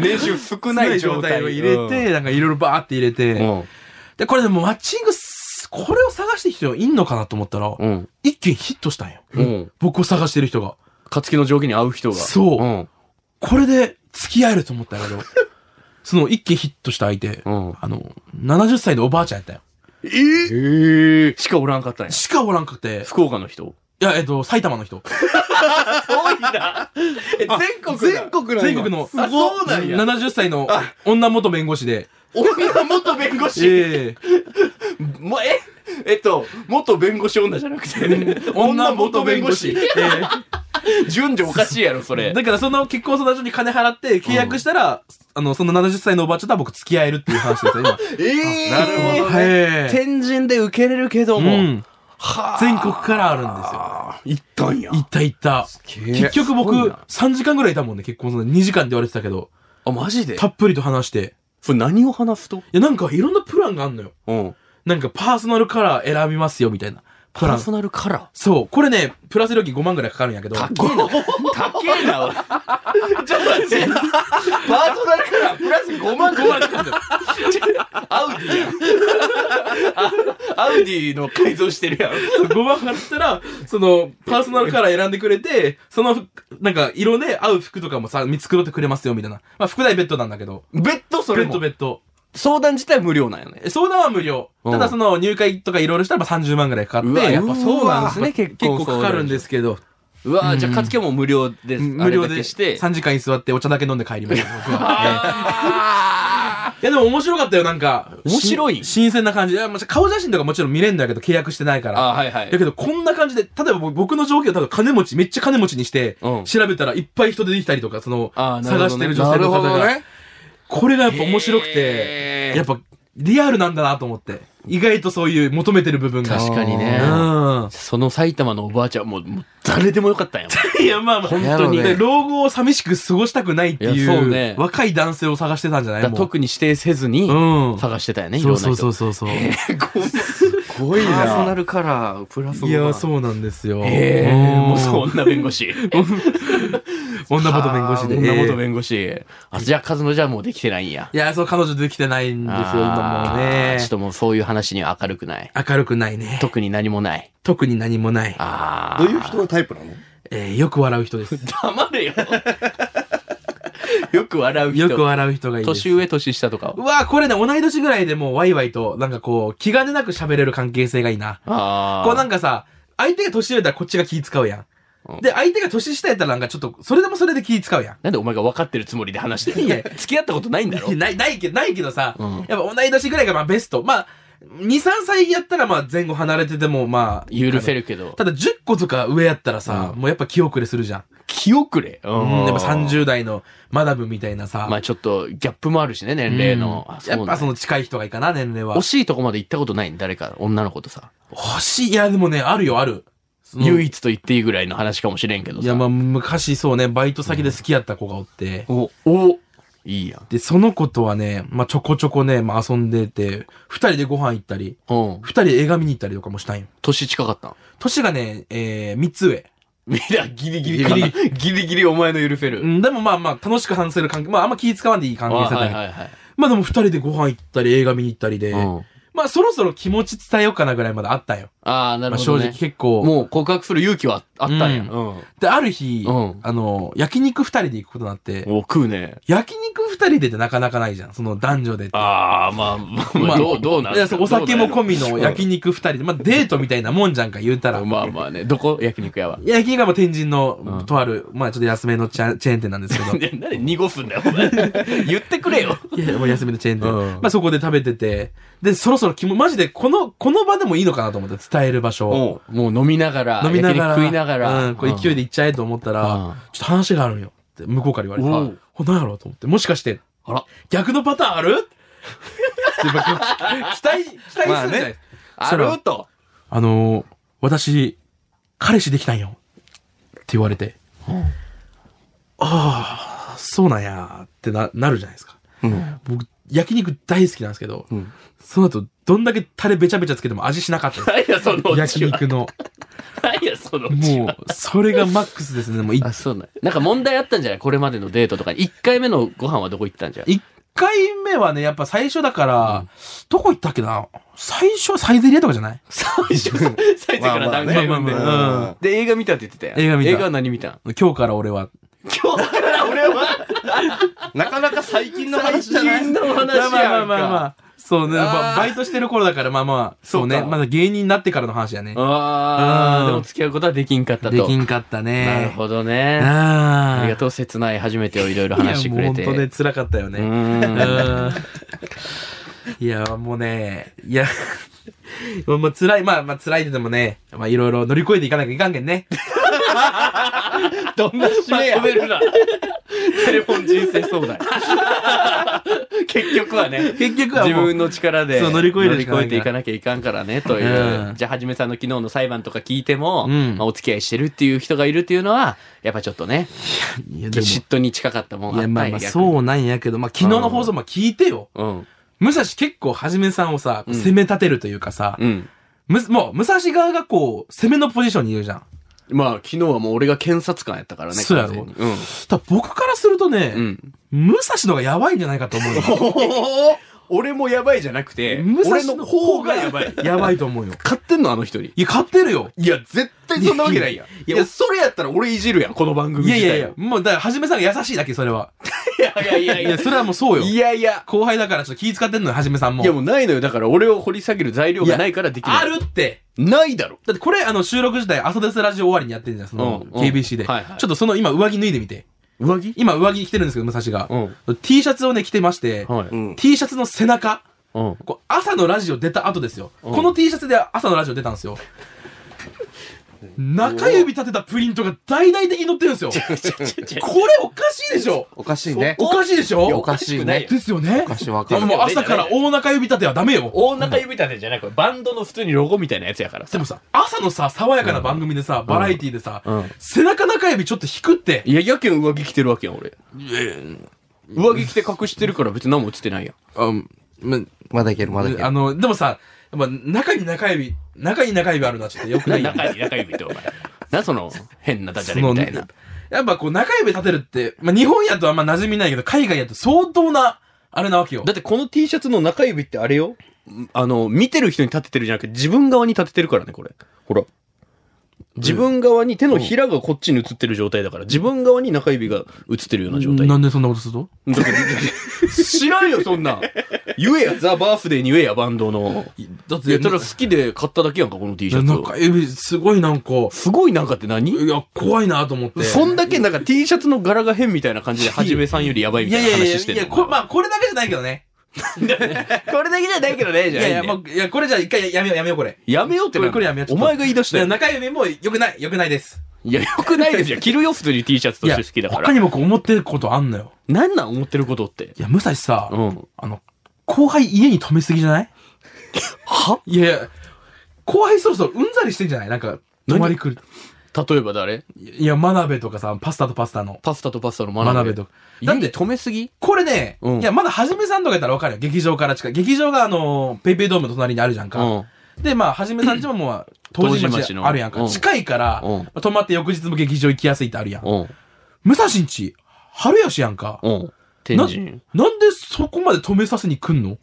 [SPEAKER 4] 年収少ない状態
[SPEAKER 2] を入れて、なんかいろいろバーって入れて、
[SPEAKER 1] うん。
[SPEAKER 2] で、これでもマッチングす、これを探してる人いんのかなと思ったら、
[SPEAKER 1] うん。
[SPEAKER 2] 一件ヒットしたんよ。
[SPEAKER 1] うん。
[SPEAKER 2] 僕を探してる人が。
[SPEAKER 3] 勝木の条件に合う人が。
[SPEAKER 2] そう、
[SPEAKER 1] うん。
[SPEAKER 2] これで付き合えると思ったんやけど、その一件ヒットした相手、
[SPEAKER 1] うん。
[SPEAKER 2] あの、70歳のおばあちゃんやったんよ。
[SPEAKER 3] ええ。しかおらんかったんや。
[SPEAKER 2] しかおらんくて、
[SPEAKER 3] 福岡の人。
[SPEAKER 2] いや、えっと、埼玉の人。
[SPEAKER 4] え全国だ
[SPEAKER 1] 全国なんや
[SPEAKER 2] 全国の、
[SPEAKER 4] あそうなんや
[SPEAKER 2] 70歳の女元弁護士で、
[SPEAKER 4] 女元弁護士
[SPEAKER 2] ええ
[SPEAKER 4] もうええっと
[SPEAKER 3] 元弁護士女じゃなくて、
[SPEAKER 2] 女元弁護士。
[SPEAKER 3] 順序おかしいやろ、それ。
[SPEAKER 2] だからその結婚相談所に金払って契約したら、あの、その70歳のおばあちゃんとは僕付き合えるっていう話ですよ、今。
[SPEAKER 4] ええ
[SPEAKER 3] なるほどね
[SPEAKER 2] へえ。
[SPEAKER 3] 天神で受けれるけど
[SPEAKER 2] う
[SPEAKER 3] も、
[SPEAKER 2] ん。
[SPEAKER 3] は
[SPEAKER 2] 全国からあるんですよ。
[SPEAKER 3] あ、行ったんや
[SPEAKER 2] 行った行った。結局僕、3時間ぐらいいたもんね、結婚相談所。2時間って言われてたけど、
[SPEAKER 3] あ、マジで
[SPEAKER 2] たっぷりと話して。
[SPEAKER 3] それ何を話すと
[SPEAKER 2] いや、なんかいろんなプランがあんのよ。
[SPEAKER 3] うん。
[SPEAKER 2] なんかパーソナルカラー選びますよ、みたいな。プ
[SPEAKER 3] パ
[SPEAKER 2] ラ
[SPEAKER 3] ー
[SPEAKER 2] ン。
[SPEAKER 3] ソナルカラ
[SPEAKER 2] そう。これね、プラス料金5万ぐらいかかるんやけど。
[SPEAKER 3] ー。高えな。高えな、 *laughs* 俺。
[SPEAKER 4] パーソナルからプラス5万
[SPEAKER 2] 5万かかるんだよ
[SPEAKER 3] アウディやん。あアウディの改造してるやん。
[SPEAKER 2] 5番払ったら、その、パーソナルカラー選んでくれて、その、なんか、色で合う服とかもさ、見繕ってくれますよ、みたいな。まあ、副題ベッドなんだけど。
[SPEAKER 3] ベッドそ
[SPEAKER 2] ベ
[SPEAKER 3] れ
[SPEAKER 2] ッド
[SPEAKER 3] も。
[SPEAKER 2] ベッド。
[SPEAKER 3] 相談自体無料なんよね。
[SPEAKER 2] 相談は無料。
[SPEAKER 3] うん
[SPEAKER 2] ただ、その、入会とかいろいろしたら、まあ、30万ぐらいかかって。
[SPEAKER 3] やっぱそうなんですね、結
[SPEAKER 2] 結構
[SPEAKER 3] 構。。
[SPEAKER 2] かかるんですすけど、
[SPEAKER 3] うわじゃあ、勝木はもう無料で、
[SPEAKER 2] 無料
[SPEAKER 3] あれ
[SPEAKER 2] で
[SPEAKER 3] だけして。
[SPEAKER 2] 3時間に座ってお茶だけ飲んで帰りました、僕は。ね
[SPEAKER 3] あ
[SPEAKER 2] *laughs*
[SPEAKER 3] *laughs*
[SPEAKER 2] いや、でも面白かったよ、なんか。
[SPEAKER 3] 面白い
[SPEAKER 2] し新鮮な感じ。いやまあ顔写真とかもちろん見れるんだけど、契約してないか
[SPEAKER 3] ー
[SPEAKER 2] ら。
[SPEAKER 3] あー、はいは
[SPEAKER 2] だ
[SPEAKER 3] い。
[SPEAKER 2] けど、こんな感じで、例えば僕の状況、例えば金持ち、めっちゃ金持ちにして、
[SPEAKER 3] うん
[SPEAKER 2] 調べたらいっぱい人出てきたりとか、その、
[SPEAKER 3] あーなるほどね
[SPEAKER 2] 探してる女性の方が、これがやっぱ面白くて、
[SPEAKER 3] へー
[SPEAKER 2] やっぱリアルなんだなと思って、意外とそういう求めてる部分が。
[SPEAKER 3] 確かにね。
[SPEAKER 2] うん。
[SPEAKER 3] その埼玉のおばあちゃんもう、もう誰でもよかった *laughs* んやもん。
[SPEAKER 2] いや、まあまあ、
[SPEAKER 3] 本
[SPEAKER 1] や
[SPEAKER 3] 当
[SPEAKER 1] ろう
[SPEAKER 3] に。
[SPEAKER 1] ね
[SPEAKER 2] で老後を寂しく過ごしたくないってい
[SPEAKER 3] いうやそうね
[SPEAKER 2] 若い男性を探してたんじゃな
[SPEAKER 3] だか
[SPEAKER 2] い
[SPEAKER 3] ら
[SPEAKER 2] もう
[SPEAKER 3] 特に指定せずに
[SPEAKER 2] うん。
[SPEAKER 3] 探してたよね、い
[SPEAKER 2] そ
[SPEAKER 3] ろん
[SPEAKER 2] う
[SPEAKER 3] な人。
[SPEAKER 2] そうそうそうそう。
[SPEAKER 1] すごい
[SPEAKER 3] パーソナ
[SPEAKER 1] な。
[SPEAKER 3] ルカラー、プラス
[SPEAKER 2] いや、
[SPEAKER 3] う。
[SPEAKER 2] そうなんですよ。
[SPEAKER 3] ええ
[SPEAKER 2] ん
[SPEAKER 3] もうそう、女弁護 *laughs* 士。
[SPEAKER 2] 女元弁護士で。
[SPEAKER 3] あー女元弁護士。あ、じゃあ、カズノじゃもうできてないんや。
[SPEAKER 2] いや、そう、彼女できてないんですよ、今もう
[SPEAKER 3] あ
[SPEAKER 2] ね
[SPEAKER 3] ーちょっ。ともうそういう話には明るくない。
[SPEAKER 2] 明るくないね。
[SPEAKER 3] 特に何もない。
[SPEAKER 2] 特に何もない。
[SPEAKER 3] ああ。
[SPEAKER 1] どういう人のタイプなの
[SPEAKER 2] えー、よく笑う人
[SPEAKER 3] *laughs*
[SPEAKER 2] です。
[SPEAKER 3] 黙れよ。よく笑う人。
[SPEAKER 2] よく笑う人がいいです。
[SPEAKER 3] 年上、年下とか
[SPEAKER 2] う。わーこれね、同い年ぐらいでもうワイワイと、なんかこう、気兼ねなく喋れる関係性がいいな。
[SPEAKER 3] ああ。
[SPEAKER 2] こうなんかさ、相手が年上だったらこっちが気使うや
[SPEAKER 3] うん
[SPEAKER 2] ん。で、相手が年下やったらなんかちょっと、それでもそれで気使うやん。
[SPEAKER 3] なんでお前が分かってるつもりで話してる
[SPEAKER 2] いや
[SPEAKER 3] 付き合ったことないんだろ
[SPEAKER 2] いや *laughs* ない、ないけど、ないけどさ、
[SPEAKER 3] うん
[SPEAKER 2] やっぱ同い年ぐらいがまあベスト。まあ、2、3歳やったらまあ前後離れててもまあ、
[SPEAKER 3] 許せるけど。
[SPEAKER 2] ただ10個とか上やったらさ、もうやっぱ気遅れするじゃん。
[SPEAKER 3] 気遅れ。う
[SPEAKER 2] うん、やっぱ
[SPEAKER 3] 30。
[SPEAKER 2] 30代のマダムみたいなさ。
[SPEAKER 3] まあちょっとギャップもあるしね、年齢の。
[SPEAKER 2] うん
[SPEAKER 3] あ
[SPEAKER 2] やっぱそ
[SPEAKER 3] の、
[SPEAKER 2] の近い人がいいかな、年齢は
[SPEAKER 3] 惜。しいとこまで行ったことないん誰か、女の子とさ。
[SPEAKER 2] 欲しい。いや、でもね、あるよ、ある。その
[SPEAKER 3] 唯一と言っていいぐらいの話かもしれんけど
[SPEAKER 2] い
[SPEAKER 3] さ。
[SPEAKER 2] や、まあ、昔そうね、バイト先で好きやった子がおって、
[SPEAKER 3] お、お、いいやん。
[SPEAKER 2] で、その子とはね、まあ、ちょこちょこね、まあ、遊んでて、二人でご飯行ったり、
[SPEAKER 3] うん。
[SPEAKER 2] 二人で映画見に行ったりとかもしたんよ。
[SPEAKER 3] 年近かったん。
[SPEAKER 2] 年がね、えー、三つ上。
[SPEAKER 3] みんなギリギリか
[SPEAKER 2] ギ
[SPEAKER 3] な
[SPEAKER 2] リ
[SPEAKER 3] ギリギリお前の許せ
[SPEAKER 2] う
[SPEAKER 3] る。
[SPEAKER 2] ん、でもまあまあ、楽しく話せる関係、まあ、あんま気使わんでいい関
[SPEAKER 3] あ
[SPEAKER 2] 係性だ
[SPEAKER 3] は
[SPEAKER 2] ね
[SPEAKER 3] いはいはい。
[SPEAKER 2] まあでも二人でご飯行ったり、映画見に行ったりで、
[SPEAKER 3] うん
[SPEAKER 2] まあそろそろ気持ち伝えようかなぐらいまであったんよ。
[SPEAKER 3] ああ、な
[SPEAKER 2] ま
[SPEAKER 3] る
[SPEAKER 2] あ
[SPEAKER 3] ほ
[SPEAKER 2] 正
[SPEAKER 3] ど、ね。
[SPEAKER 2] 直結構。
[SPEAKER 3] もう告白する勇気はあったんや。
[SPEAKER 2] うん
[SPEAKER 3] うん。
[SPEAKER 2] で、ある日、
[SPEAKER 3] うん
[SPEAKER 2] あの、焼肉二人で行くことになって、
[SPEAKER 3] お、食うね。
[SPEAKER 2] 焼肉二人でってなかなかないじゃん。その男女でって。
[SPEAKER 3] ああ、まあ、まあ、まあ、どう、どうなん
[SPEAKER 2] いやそうお酒も込
[SPEAKER 3] み。
[SPEAKER 2] みの焼肉二人で、まあデートみたいなもんじゃんか言うたら。
[SPEAKER 3] まあまあね。どこ焼肉屋 *laughs* は。
[SPEAKER 2] 焼肉はもう天神
[SPEAKER 3] う
[SPEAKER 2] の
[SPEAKER 3] ん
[SPEAKER 2] とある、まあちょっと安めのチャチェーン店なんですけど。
[SPEAKER 3] ねなんで濁すんだよ、 *laughs* お前。 *laughs* 言ってくれよ。
[SPEAKER 2] いやいや、もう休みのチェーン店。
[SPEAKER 3] う
[SPEAKER 2] ま
[SPEAKER 3] ん
[SPEAKER 2] あそこで食べてて、で、そろそろ気も、マジでこの、この場でもいいのかなと思って、伝える場所。
[SPEAKER 1] お
[SPEAKER 3] もう飲みながら、
[SPEAKER 2] 飲みながら、
[SPEAKER 3] 焼肉食いながら。
[SPEAKER 2] うん、こう勢いで行っちゃえと思ったら、
[SPEAKER 3] うん
[SPEAKER 2] ちょっと話があるんよって向こうから言われ
[SPEAKER 3] お
[SPEAKER 2] て
[SPEAKER 3] う、
[SPEAKER 2] ほなんやろうと思って、もしかして、
[SPEAKER 3] あら、
[SPEAKER 2] 逆のパターンあ
[SPEAKER 1] *laughs*
[SPEAKER 2] るってやっぱ期待、期待するじゃない、
[SPEAKER 1] まあね
[SPEAKER 3] あると。
[SPEAKER 2] あのー私、彼氏できたんよ。って言われて。ああ、そうなんや、ってな、なるじゃないですか。
[SPEAKER 1] うん。
[SPEAKER 2] 僕、焼肉大好きなんですけど、
[SPEAKER 1] うん
[SPEAKER 2] その後、どんだけタレべちゃべちゃつけても味しなか
[SPEAKER 1] *laughs*
[SPEAKER 2] ったです。
[SPEAKER 3] 何や、そのう
[SPEAKER 2] 焼
[SPEAKER 3] ちは。
[SPEAKER 2] 肉の。
[SPEAKER 3] 何や、そのうちは。
[SPEAKER 2] もう、それがマックスですね。もうい、
[SPEAKER 3] あ、そうなん。なんか問題あったんじゃないこれまでのデートとかに。1回目のご飯はどこ行ったんじゃん
[SPEAKER 2] 一回目はね、やっぱ最初だから、どこ行ったっけな最初はサイゼリアとかじゃ
[SPEAKER 1] *laughs*
[SPEAKER 2] ない
[SPEAKER 3] 最初、 *laughs* 最初から段階分で。
[SPEAKER 2] まあまあまあまあ
[SPEAKER 3] うんで、映画見たって言ってたよ。
[SPEAKER 2] 映画見た
[SPEAKER 3] 映画は何見たん
[SPEAKER 2] 今日から俺は。
[SPEAKER 3] 今日から俺は、
[SPEAKER 1] なかなか最近の
[SPEAKER 3] 最
[SPEAKER 1] 話じゃな
[SPEAKER 3] *laughs*
[SPEAKER 1] い
[SPEAKER 3] 近の話やんか。
[SPEAKER 2] まあまあまあまあ。そうね、
[SPEAKER 3] あー
[SPEAKER 2] ばバイトしてる頃だから、まあまあ、そうね、
[SPEAKER 3] そうか
[SPEAKER 2] まだ芸人になってからの話やね。
[SPEAKER 3] ああ、
[SPEAKER 2] うん
[SPEAKER 3] でも付き合うことはできんかったと。
[SPEAKER 2] できんかったね。
[SPEAKER 3] なるほどね。
[SPEAKER 2] あー
[SPEAKER 3] ありがとう、切ない初めてをいろいろ話してくれて。
[SPEAKER 2] いや、もう本当ね、辛かったよね。
[SPEAKER 3] う
[SPEAKER 2] うん *laughs* んいや、もうね、いや、もうもう辛い、まあまあ辛いけどもね、まあいろいろ乗り越えていかなきゃいかんけんね。
[SPEAKER 3] どんな締めやまとめ
[SPEAKER 2] *laughs*
[SPEAKER 3] るな。テレフォン人生相談。 *laughs* 結局
[SPEAKER 2] *laughs*
[SPEAKER 3] はね。
[SPEAKER 2] 結局は
[SPEAKER 3] 自
[SPEAKER 2] もう、
[SPEAKER 3] 分の力で
[SPEAKER 2] そう乗り越えるしかないから
[SPEAKER 3] ていかなきゃいかんからねという、
[SPEAKER 2] うん
[SPEAKER 3] じゃあはじめさんの昨日の裁判とか聞いても、
[SPEAKER 2] うん
[SPEAKER 3] まあ、お付き合いしてるっていう人がいるっていうのはやっぱちょっとね
[SPEAKER 2] いやでも
[SPEAKER 3] 嫉妬に近かったもん
[SPEAKER 2] いや、まあまあそうなんやけど、まあ昨日の放送も聞いてよ。
[SPEAKER 3] ううん
[SPEAKER 2] 武蔵結構はじめさんをさ、
[SPEAKER 3] うん
[SPEAKER 2] 攻め立てるというかさ、
[SPEAKER 3] うん
[SPEAKER 2] むもう武蔵側がこう、攻めのポジションにいるじゃん。
[SPEAKER 3] まあ昨日はもう俺が検察官やったからね
[SPEAKER 2] そうやろ
[SPEAKER 3] 完全に
[SPEAKER 2] ただ僕からするとね、
[SPEAKER 3] うん、うん、
[SPEAKER 2] 武蔵の方がやばいんじゃないかと思うよ。
[SPEAKER 3] 俺もやばいじゃなくて
[SPEAKER 2] 武蔵
[SPEAKER 3] *laughs* 俺の方がやば *laughs* い
[SPEAKER 2] やばいと思うよ。
[SPEAKER 3] 買ってんのあの人に
[SPEAKER 2] いや、勝ってるよ。
[SPEAKER 3] いや絶対そんなわけないやんいやそれやったら俺いじるやんこの番組
[SPEAKER 2] いや
[SPEAKER 3] 自体
[SPEAKER 2] い
[SPEAKER 3] を
[SPEAKER 2] やいや、もう、だから、はじめさんが優しいだけ、それは。
[SPEAKER 3] いやいやい
[SPEAKER 2] い
[SPEAKER 3] やいや
[SPEAKER 2] や、それはもうそうよ。
[SPEAKER 3] いやいや
[SPEAKER 2] 後輩だから、ちょっと気使ってんのよ、はじめさんも。
[SPEAKER 3] いやもうないのよ。だから俺を掘り下げる材料がないからできない。
[SPEAKER 2] あるって
[SPEAKER 3] ないだろ。
[SPEAKER 2] だってこれ、あの、収録時代、朝ですラジオ終わりにやってるじゃん、その
[SPEAKER 3] う、んうん
[SPEAKER 2] KBC で。ちょ
[SPEAKER 3] はいはい
[SPEAKER 2] っとその、今、上着脱いでみて。
[SPEAKER 3] 上着
[SPEAKER 2] 今、上着着てるんですけど、武蔵が。
[SPEAKER 3] ん。
[SPEAKER 2] T シャツをね、着てまして、
[SPEAKER 3] は
[SPEAKER 1] う
[SPEAKER 3] い。
[SPEAKER 1] ん。
[SPEAKER 2] T シャツの背中、
[SPEAKER 3] うん。
[SPEAKER 2] こう朝のラジオ出た後ですよ。
[SPEAKER 3] うん
[SPEAKER 2] この T シャツで朝のラジオ出たんですよ。中指立てたプリントが大々的に載ってるんですよ。これおかしいでしょ
[SPEAKER 1] おかしいね。
[SPEAKER 2] おかしいでし
[SPEAKER 1] いや
[SPEAKER 2] ょ
[SPEAKER 1] おかしい
[SPEAKER 3] おかしくない
[SPEAKER 1] ね
[SPEAKER 3] よ。
[SPEAKER 2] ですよね
[SPEAKER 1] お。かしいわ
[SPEAKER 2] あ
[SPEAKER 1] か
[SPEAKER 2] も
[SPEAKER 1] る。
[SPEAKER 2] う朝から大中指立てはダメよ。
[SPEAKER 3] 大中指立てじゃないこれバンドの普通にロゴみたいなやつやから
[SPEAKER 2] でもさ、朝のさ、爽やかな番組でさ、バラエティでさ、
[SPEAKER 3] うん
[SPEAKER 2] 背中中指ちょっと引くって。
[SPEAKER 3] いや、やけん上着着てるわけやん、俺。上着着て隠してるから別に何も映ってないやん。
[SPEAKER 2] うん、ま
[SPEAKER 1] まだいける、まだいける
[SPEAKER 2] あ。の、でもさ、やっぱ中に中指、中に中指あるのはちょっと良くないよね。
[SPEAKER 3] 中に中指ってお前。な、その、変なダジャ
[SPEAKER 2] そ
[SPEAKER 3] レ
[SPEAKER 2] の
[SPEAKER 3] みたいな。
[SPEAKER 2] やっぱこう中指立てるって、まあ、日本やとあんま馴染みないけど、海外やと相当な、あれなわけよ。
[SPEAKER 3] だってこの T シャツの中指ってあれよあの、見てる人に立ててるじゃなくて自分側に立ててるからね、これ。ほら。自分側に手のひらがこっちに映ってる状態だから、自分側に中指が映ってるような状態。
[SPEAKER 2] なんでそんなことすると
[SPEAKER 3] だから知らんよ、そんなん。言えや、ザ・バースデーに言えや、バンドの。
[SPEAKER 2] だって、
[SPEAKER 3] いや、ただ好きで買っただけやんか、この T シャツを
[SPEAKER 2] 中。指すごいなんか、
[SPEAKER 3] すごいなんかって何
[SPEAKER 2] いや、怖いなと思って。
[SPEAKER 3] そんだけなんか T シャツの柄が変みたいな感じで、はじめさんよりやばいみ
[SPEAKER 2] い
[SPEAKER 3] た
[SPEAKER 2] や
[SPEAKER 3] い
[SPEAKER 2] い
[SPEAKER 3] な
[SPEAKER 2] やいや
[SPEAKER 3] 話し
[SPEAKER 2] い
[SPEAKER 3] て
[SPEAKER 2] や
[SPEAKER 3] ん
[SPEAKER 2] い
[SPEAKER 3] の
[SPEAKER 2] や、これ、まあ、これだけじゃないけどね。
[SPEAKER 3] *laughs* これだけじゃないけどね、
[SPEAKER 2] い
[SPEAKER 3] じ
[SPEAKER 2] やいや、
[SPEAKER 3] ん
[SPEAKER 2] も
[SPEAKER 3] だよ
[SPEAKER 2] う、いや、これじゃ一回やめよう、やめよう、これ。
[SPEAKER 3] やめようってな
[SPEAKER 2] これこれやめようちょ
[SPEAKER 3] お
[SPEAKER 2] っと
[SPEAKER 3] 前が言い出したよ。
[SPEAKER 2] 中指も良くない、良くないです。
[SPEAKER 3] いや、よくないです
[SPEAKER 2] *laughs*
[SPEAKER 3] よ。着るよ、普通に T シャツとして好きだか
[SPEAKER 2] 他
[SPEAKER 3] ら。
[SPEAKER 2] にもこう思ってることあんのよ。
[SPEAKER 3] なんなん思ってることって。
[SPEAKER 2] いや、武蔵さ、
[SPEAKER 3] うん。
[SPEAKER 2] あの、後輩家に泊めすぎじゃないはいやいや、後輩そろそろうんざりしてんじゃないなんか、泊まり来る。
[SPEAKER 3] 例えば誰
[SPEAKER 2] いや、真鍋とかさ、パスタとパスタの。
[SPEAKER 3] パスタとパスタの
[SPEAKER 2] 真
[SPEAKER 3] 学
[SPEAKER 2] 鍋
[SPEAKER 3] べ
[SPEAKER 2] とか。
[SPEAKER 3] だ
[SPEAKER 2] だ
[SPEAKER 3] っ
[SPEAKER 2] って
[SPEAKER 3] て止めすぎ
[SPEAKER 2] これね、
[SPEAKER 3] うん
[SPEAKER 2] いや、まだはじめさんとかやったらわかるよ。劇場から近い。劇場があの、ペイペイドームの隣にあるじゃんか。
[SPEAKER 3] うん。
[SPEAKER 2] で、まあ、はじめさんちもも
[SPEAKER 3] *clears throat*
[SPEAKER 2] う、当時
[SPEAKER 3] 麹
[SPEAKER 2] 町
[SPEAKER 3] 町の
[SPEAKER 2] あるやんか。
[SPEAKER 3] うん
[SPEAKER 2] 近いから、
[SPEAKER 3] うん
[SPEAKER 2] まあ泊まって翌日も劇場行きやすいってあるやん。
[SPEAKER 3] うん。
[SPEAKER 2] 武蔵んち、春吉やんか。
[SPEAKER 3] うん。天神。
[SPEAKER 2] なんでそこまで止めさせに来んの